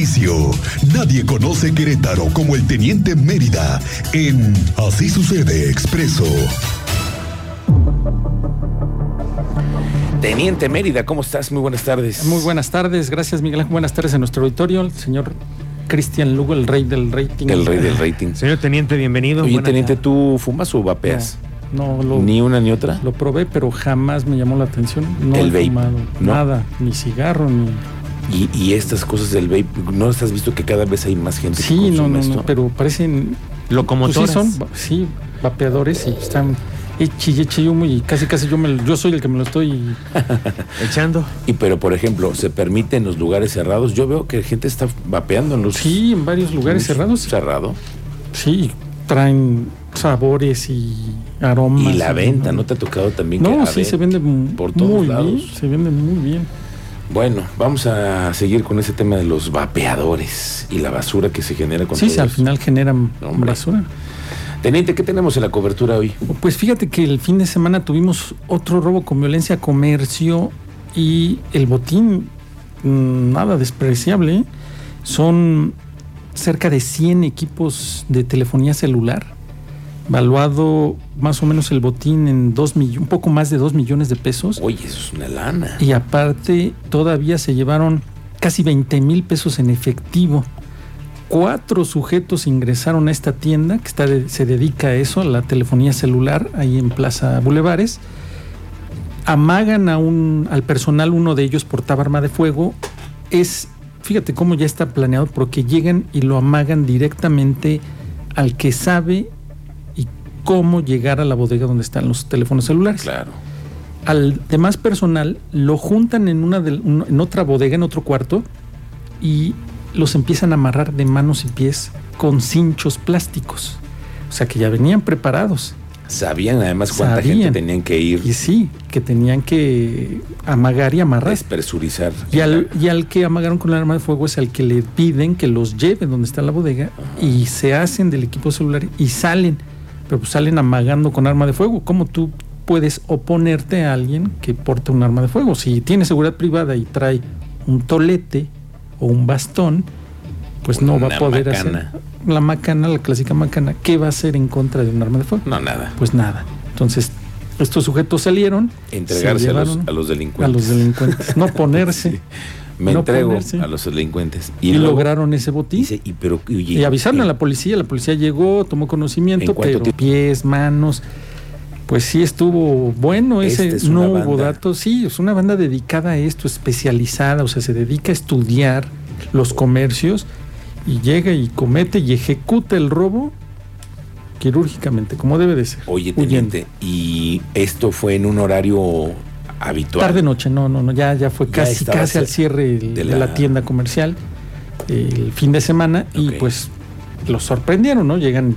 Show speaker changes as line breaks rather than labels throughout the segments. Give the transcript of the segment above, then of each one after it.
Edificio. Nadie conoce Querétaro como el Teniente Mérida en Así sucede expreso.
Teniente Mérida, ¿cómo estás? Muy buenas tardes.
Muy buenas tardes, gracias Miguel Ángel. Buenas tardes a nuestro auditorio, el señor Cristian Lugo, el rey del rating.
El rey del rating.
Señor Teniente, bienvenido.
Oye,
Buenas
Teniente,
tardes.
¿tú fumas o vapeas?
No, lo,
Ni una ni otra.
lo probé, pero jamás me llamó la atención. No
El
he
vape,
fumado
¿no?
nada, ni cigarro, ni...
Y, y estas cosas del vape, ¿no las has visto que cada vez hay más gente que
Sí, no,
consume
no,
esto?
no, pero parecen... Pues sí,
Locomotoras.
son, va- sí, vapeadores y están... Echi y echi humo y casi casi yo me yo soy el que me lo estoy
Echando.
Y pero, por ejemplo, se permite en los lugares cerrados. Yo veo que gente está vapeando en los
sí en varios lugares
en los-
cerrados
Cerrado.
sí traen sabores y aromas
Y la venta, ¿no te ha tocado también? que
No,
la
sí, se
ven-
vende mu-
por todos
muy bien.
lados.
Se vende muy bien.
Bueno, vamos a seguir con ese tema de los vapeadores y la basura que se genera con
Sí,
todo
sí, al
eso.
final generan
Hombre.
basura.
Teniente, ¿qué tenemos en la cobertura hoy?
Pues fíjate que el fin de semana tuvimos otro robo con violencia a comercio y el botín, mm, nada despreciable. ¿eh? Son cerca de 100 equipos de telefonía celular, valuado más o menos el botín en dos millo- un poco más de 2 millones de pesos.
Oye, eso es una lana.
Y aparte, todavía se llevaron casi 20 mil pesos en efectivo. Cuatro sujetos ingresaron a esta tienda que está de- se dedica a eso, a la telefonía celular, ahí en Plaza Bulevares. Amagan a un, al personal, uno de ellos portaba arma de fuego. Es, fíjate cómo ya está planeado, porque llegan y lo amagan directamente al que sabe y cómo llegar a la bodega donde están los teléfonos celulares
Claro.
al demás personal lo juntan en una de- un- en otra bodega, en otro cuarto y los empiezan a amarrar de manos y pies con cinchos plásticos. O sea que ya venían preparados.
Sabían además cuánta
Sabían.
gente tenían que ir.
Y sí, que tenían que amagar y amarrar.
despresurizar.
Y al, y al que amagaron con el arma de fuego es al que le piden que los lleven donde está la bodega y se hacen del equipo celular y salen, pero pues salen amagando con arma de fuego. ¿Cómo tú puedes oponerte a alguien que porte un arma de fuego? Si tiene seguridad privada y trae un tolete o un bastón, pues no
Una
va a poder
macana.
hacer la macana, la clásica macana. ¿Qué va a hacer en contra de un arma de fuego?
No, nada.
Pues nada. Entonces, estos sujetos salieron. se
Entregarse a los,
llevaron
a los
a
delincuentes.
los delincuentes, no ponerse.
Me
no
entrego
ponerse.
a los delincuentes.
y,
luego
lograron ese botín.
dice, y, pero,
y avisaron
en-
a la policía, la policía llegó, tomó
¿En
conocimiento,
cuánto
pero
tiempo?
pies, manos, pues sí estuvo bueno
Esta
ese,
Este es
no
una
hubo
banda.
datos, sí, es una banda dedicada a esto, especializada, o sea, se dedica a estudiar los comercios y llega y comete y ejecuta el robo quirúrgicamente, como debe de ser.
Oye,
huyendo.
teniente, y esto fue en un horario habitual.
Tarde noche, no, no, no, ya, ya fue
Ya
casi,
estaba
casi al
cer-
cierre el-
de
de
la-
la, tienda comercial eh, el fin de semana
Ok.
y pues los sorprendieron, ¿no? Llegan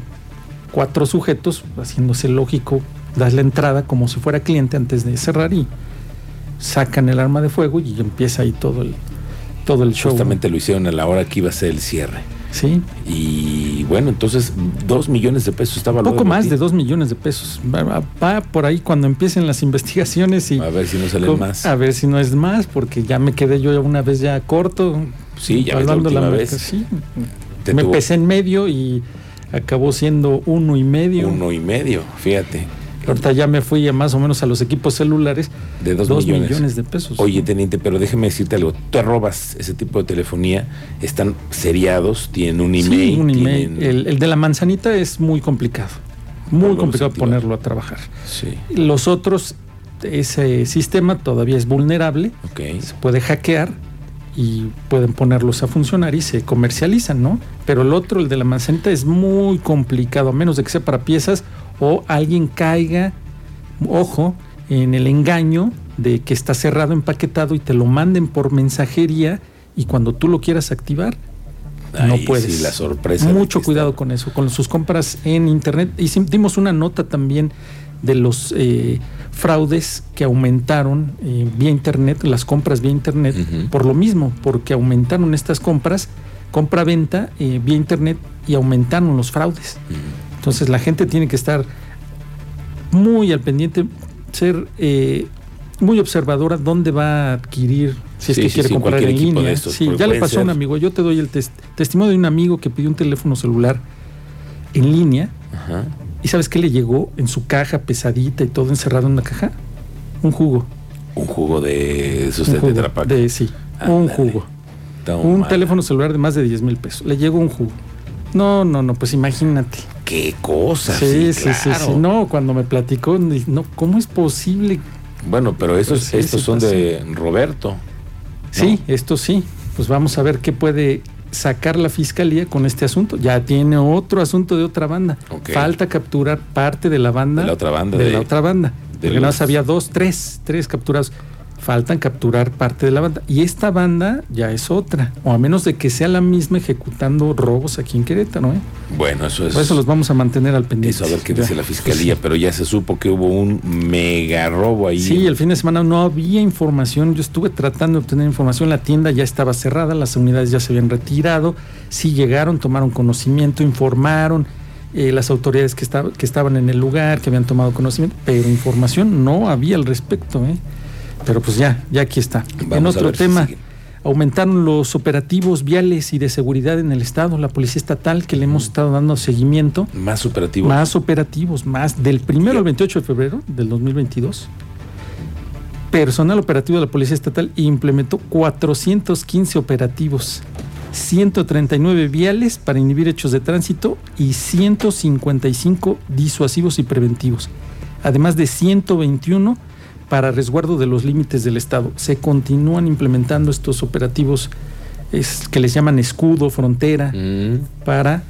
cuatro sujetos haciéndose lógico, das la entrada como si fuera cliente antes de cerrar y sacan el arma de fuego y empieza ahí todo el todo el show. ¿no?
Justamente lo hicieron a la hora que iba a ser el cierre.
Sí,
Y bueno, entonces, dos millones de pesos estaba
poco más de dos millones de pesos. Va, va- va por ahí cuando empiecen las investigaciones y
A ver si no salen
Con-
más.
A ver si no es más, porque ya me quedé yo una vez ya corto.
Sí, ya ves la
evaluando
última
marca,
vez.
sí.
Te
Me
tuvo
pesé en medio y acabó siendo uno y medio.
uno y medio, fíjate.
Ahorita ya me fui a más o menos a los equipos celulares.
De dos millones.
de pesos.
Oye, teniente, pero déjeme decirte algo. Te robas ese tipo de telefonía. Están seriados, tienen un
Sí,
email.
un email.
tienen-
El, el de la manzanita es muy complicado. Muy
Volvemos a
complicado
activar.
ponerlo a trabajar.
Sí,
Los otros, ese sistema todavía es vulnerable.
ok.
se puede hackear y pueden ponerlos a funcionar y se comercializan, ¿no? Pero el otro, el de la manzanita, es muy complicado, a menos de que sea para piezas o alguien caiga, ojo, en el engaño de que está cerrado, empaquetado y te lo manden por mensajería y cuando tú lo quieras activar, no
Ahí
puedes.
sí, la sorpresa. de
Mucho
que
cuidado
está-
con eso, con sus compras en internet. Y sim- dimos una nota también de los eh, fraudes que aumentaron eh, vía internet, las compras vía internet,
Ujú.
por lo mismo, porque aumentaron estas compras, compra-venta eh, vía internet y aumentaron los fraudes.
Mm.
Entonces la gente tiene que estar muy al pendiente, ser eh, muy observadora dónde va a adquirir Si es
Sí,
que
sí,
quiere
sí,
comprar
cualquier
en
equipo de
línea.
estos,
sí,
porque
ya le
pueden
pasó a un
ser-
amigo. Yo te doy el tes- testimonio de un amigo que pidió un teléfono celular en línea
Ajá.
y ¿sabes qué le llegó en su caja pesadita y todo encerrado en una caja? Un jugo.
Un jugo de esos
un
de
jugo
Tetra Pak.
de- sí, un
Ándale.
jugo.
Toma.
un teléfono celular de más de 10 mil pesos. Le llegó un jugo. No, no, no, pues imagínate.
Qué cosa.
Sí, sí, sí,
claro.
sí. No, cuando me platicó, ni- no, ¿cómo es posible?
Bueno, pero esos,
Pues sí,
estos
sí
son
pasa.
de Roberto.
Sí, esto sí. Pues vamos a ver qué puede sacar la fiscalía con este asunto. Ya tiene otro asunto de otra banda.
Ok.
Falta capturar parte de la banda.
De la otra banda,
De,
de-
la otra banda.
de
Porque nada
los-
más había dos, tres, tres capturados. Faltan capturar parte de la banda. Y esta banda ya es otra. O a menos de que sea la misma ejecutando robos aquí en Querétaro. ¿eh?
Bueno, eso es.
Por eso los vamos a mantener al pendiente.
Pues eso a ver qué
Ya.
dice la fiscalía, pero ya se supo que hubo un mega robo ahí.
Sí, el fin de semana no había información. Yo estuve tratando de obtener información. La tienda ya estaba cerrada, las unidades ya se habían retirado. Sí llegaron, tomaron conocimiento, informaron eh, las autoridades que, estaba- que estaban en el lugar, que habían tomado conocimiento, pero información no había al respecto. ¿eh? Pero pues ya, ya aquí está.
Vamos
en
a
otro
ver si
tema.
siguen.
Aumentaron los operativos viales y de seguridad en el estado, la policía estatal que le
Mm.
hemos estado dando seguimiento.
Más operativo.
Más operativos, más del primero al 28 de febrero del 2022. Personal operativo de la Policía Estatal implementó 415 operativos, 139 viales para inhibir hechos de tránsito y 155 disuasivos y preventivos, además de 121 para resguardo de los límites del Estado. Se continúan implementando estos operativos es, que les llaman escudo, frontera,
Mm,
para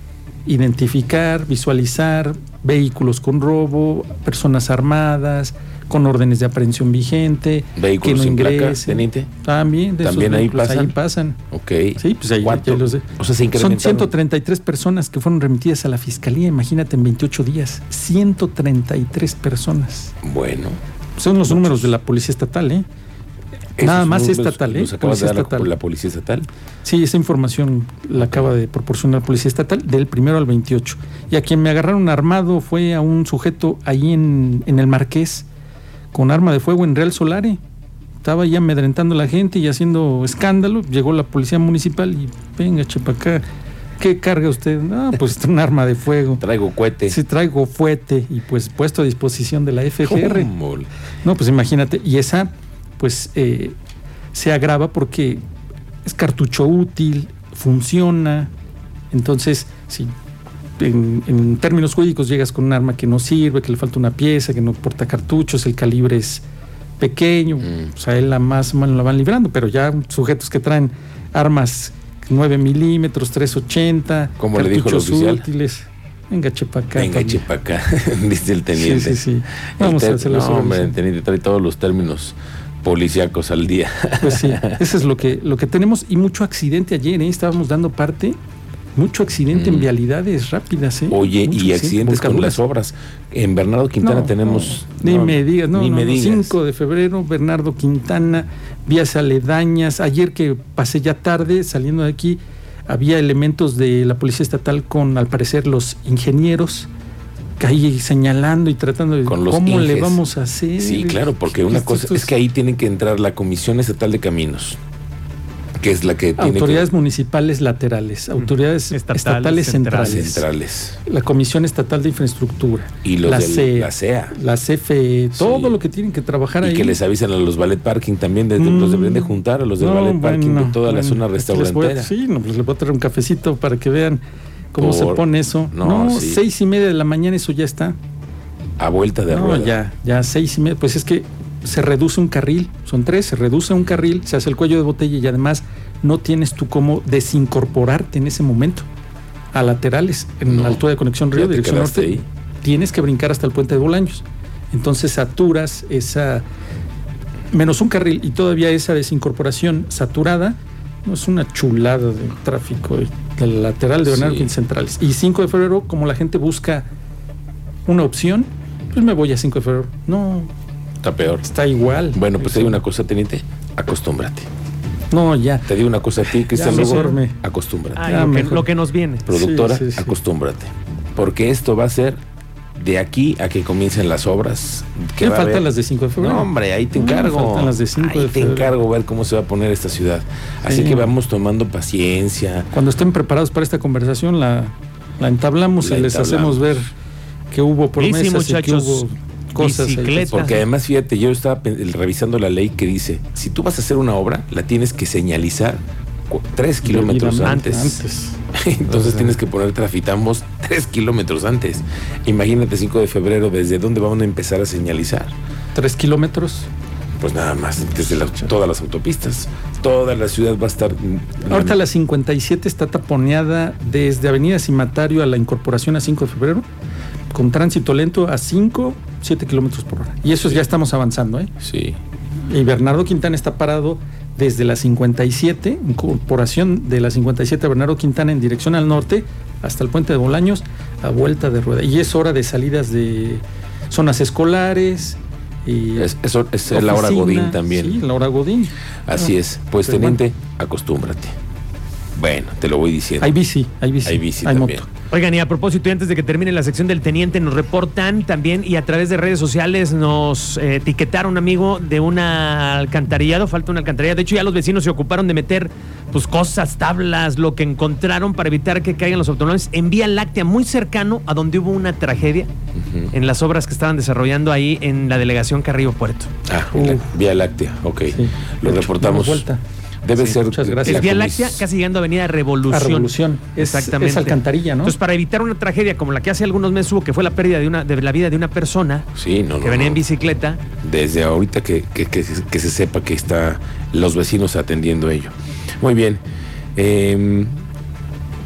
identificar, visualizar vehículos con robo, personas armadas, con órdenes de aprehensión vigente,
Vehículos
que
sin
no
placa,
ingresen.
teniente.
También, de esos
También ahí
vehículos,
pasan.
ahí pasan.
Ok.
Sí, pues ahí-
¿Cuánto?
ya los de-
O sea, se
Son
incrementaron.
133 personas que fueron remitidas a la fiscalía, imagínate, en 28 días. 133 personas.
Bueno.
Son los números de la policía estatal, ¿eh?
esos
Nada más
números
estatal, ¿eh?
los acaba de
Policía
dar la-
estatal.
la policía estatal.
Sí, esa información la acaba de proporcionar Policía Estatal del primero al 28. Y a quien me agarraron armado fue a un sujeto ahí en, en el Marqués con arma de fuego en Real Solare. Estaba ya amedrentando a la gente y haciendo escándalo. Llegó la policía municipal y venga, chepa acá. ¿Qué carga usted? Ah, pues un arma de fuego.
Traigo cohete.
Si traigo fuete y pues puesto a disposición de la FGR.
¿Cómo?
No, pues imagínate. Y esa, pues, eh, se agrava porque es cartucho útil, funciona. Entonces, si en, en términos jurídicos llegas con un arma que no sirve, que le falta una pieza, que no porta cartuchos, el calibre es pequeño,
Mm.
pues a él la más mal la van librando, pero ya sujetos que traen armas 9 milímetros, 380,
¿Cómo le dijo el
cartuchos
oficial?
útiles. Venga, chepa acá.
Venga,
también.
chepa acá, dice el teniente.
Sí, sí, sí.
El
Vamos a
ter-
hacerlo
No,
sobre-
hombre, el teniente trae todos los términos policíacos al día.
Pues sí, eso es lo que, lo que tenemos. Y mucho accidente ayer, ¿eh? Estábamos dando parte. Mucho accidente en
Mm.
vialidades rápidas, ¿eh?
Oye,
Mucho
y accidentes con
volcaduras.
las obras. En Bernardo Quintana
No,
tenemos.
no, ni
no,
me digas, no,
ni
no,
me
no,
digas.
5 de febrero, Bernardo Quintana, vías aledañas. Ayer que pasé ya tarde, saliendo de aquí, había elementos de la Policía Estatal con, al parecer, los ingenieros que ahí señalando y tratando de
Con los
cómo le
inges.
vamos a hacer.
Sí, claro, porque una
Esto-
cosa
esto
es que ahí tiene que entrar la Comisión Estatal de Caminos, que es la que tiene
Autoridades municipales laterales, autoridades estatales,
Estatales,
que
centrales,
centrales.
centrales.
la Comisión Estatal de Infraestructura,
Y los
la, E.
del-
CE,
la CEA.
la CFE, todo
Sí.
lo que tienen que trabajar ahí.
Y que les avisan a los ballet parking también, de-
Mm.
los deberían de juntar a los del
No,
ballet parking
bueno,
de toda la
bueno,
zona
aquí les voy a-
restaurantera.
sí, no, pues les voy a traer un cafecito para que vean cómo se
Por-
pone eso.
no,
No,
sí.
seis y media de la mañana eso ya está.
A vuelta de
No,
rueda.
ya, ya seis y media. Pues es que se reduce un carril, son tres, se reduce un carril, se hace el cuello de botella y además no tienes tú cómo desincorporarte en ese momento a laterales, en
No,
la altura de conexión
ya
río,
te
dirección
quedaste
norte.
ahí.
Tienes que brincar hasta el puente de Bolaños. Entonces saturas esa, menos un carril y todavía esa desincorporación saturada, no es una chulada de tráfico de- del lateral de Bernardo
Sí.
Quintana Centrales. Y 5 de febrero, como la gente busca una opción, pues me voy a 5 de febrero. No,
Está peor.
está igual.
Bueno, pues hay una cosa, teniente, acostúmbrate.
No, ya.
Te digo una cosa a ti, Cristian
me
Lugo,
formé.
acostúmbrate.
Ay,
Ya
lo, que,
mejor.
lo que nos viene.
Productora,
sí, sí, sí.
acostúmbrate. Porque esto va a ser de aquí a que comiencen las obras. que
¿Qué
va a
faltan
haber-
las de 5 de febrero?
No, hombre, ahí te
Mm,
encargo.
faltan las de 5
ahí
de
te
febrero.
encargo ver cómo se va a poner esta ciudad. Así
Sí.
que vamos tomando paciencia.
Cuando estén preparados para esta conversación, la, la entablamos
La
y les
entablamos.
hacemos ver que hubo promesas y que
muchachos,
hubo cosas. ahí que-
bicicleta.
Porque además, fíjate, yo estaba pen- el- revisando la ley que dice, si tú vas a hacer una obra, la tienes que señalizar cu- tres kilómetros
Debidamente
antes. Entonces tienes que poner trafitambos tres kilómetros antes. Imagínate 5 de febrero, ¿desde dónde van a empezar a señalizar?
Tres kilómetros.
Pues nada más, desde las- todas las autopistas. Toda la ciudad va a estar... mm,
Ahorita la 57 está taponeada desde Avenida Cimatario a la incorporación a 5 de febrero, con tránsito lento a 5, 7 kilómetros por hora. Y eso ya estamos avanzando, ¿eh?
Sí.
Y Bernardo Quintana está parado desde la 57, incorporación de la 57 a Bernardo Quintana en dirección al norte, hasta el puente de Bolaños, a vuelta de rueda. Y es hora de salidas de zonas escolares. Y
Es, eso es la hora
oficina.
Godín también.
Sí, la hora Godín.
Así es. Pues,
Pero
teniente, acostúmbrate. Bueno, te lo voy diciendo.
Hay bici, hay bici.
Hay bici
hay
también.
moto.
Oigan, y a propósito, y antes de que termine la sección del teniente, nos reportan también y a través de redes sociales nos eh, etiquetaron, amigo, de una alcantarillado, falta una alcantarilla. De hecho, ya los vecinos se ocuparon de meter pues cosas, tablas, lo que encontraron para evitar que caigan los automóviles en Vía Láctea, muy cercano a donde hubo una tragedia
Ujú.
en las obras que estaban desarrollando ahí en la delegación Carrillo Puerto.
Ah, en la-
Uf.
Vía Láctea, ok.
Uh. Sí.
Lo
Damos
reportamos.
vuelta.
Debe
Sí,
ser.
muchas gracias.
Es
la
Vía
comis-
Láctea, casi llegando a Avenida Revolución.
A Revolución. Es-
Exactamente.
es alcantarilla, ¿no?
Entonces, para evitar una tragedia como la que hace algunos meses hubo, que fue la pérdida de, una, de la vida de una persona
Sí, no, no,
que venía en
no.
bicicleta,
Desde ahorita que, que- que se- que se sepa que está los vecinos atendiendo ello. Muy bien. Eh,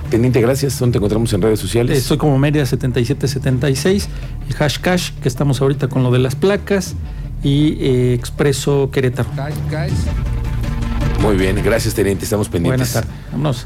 teniente, gracias. ¿Dónde te encontramos en redes sociales?
Estoy Eh, como Mérida 7776, el hashcash que estamos ahorita con lo de las placas y eh, Expreso Querétaro.
Muy bien, gracias, teniente. Estamos pendientes.
Buenas tardes. Vámonos.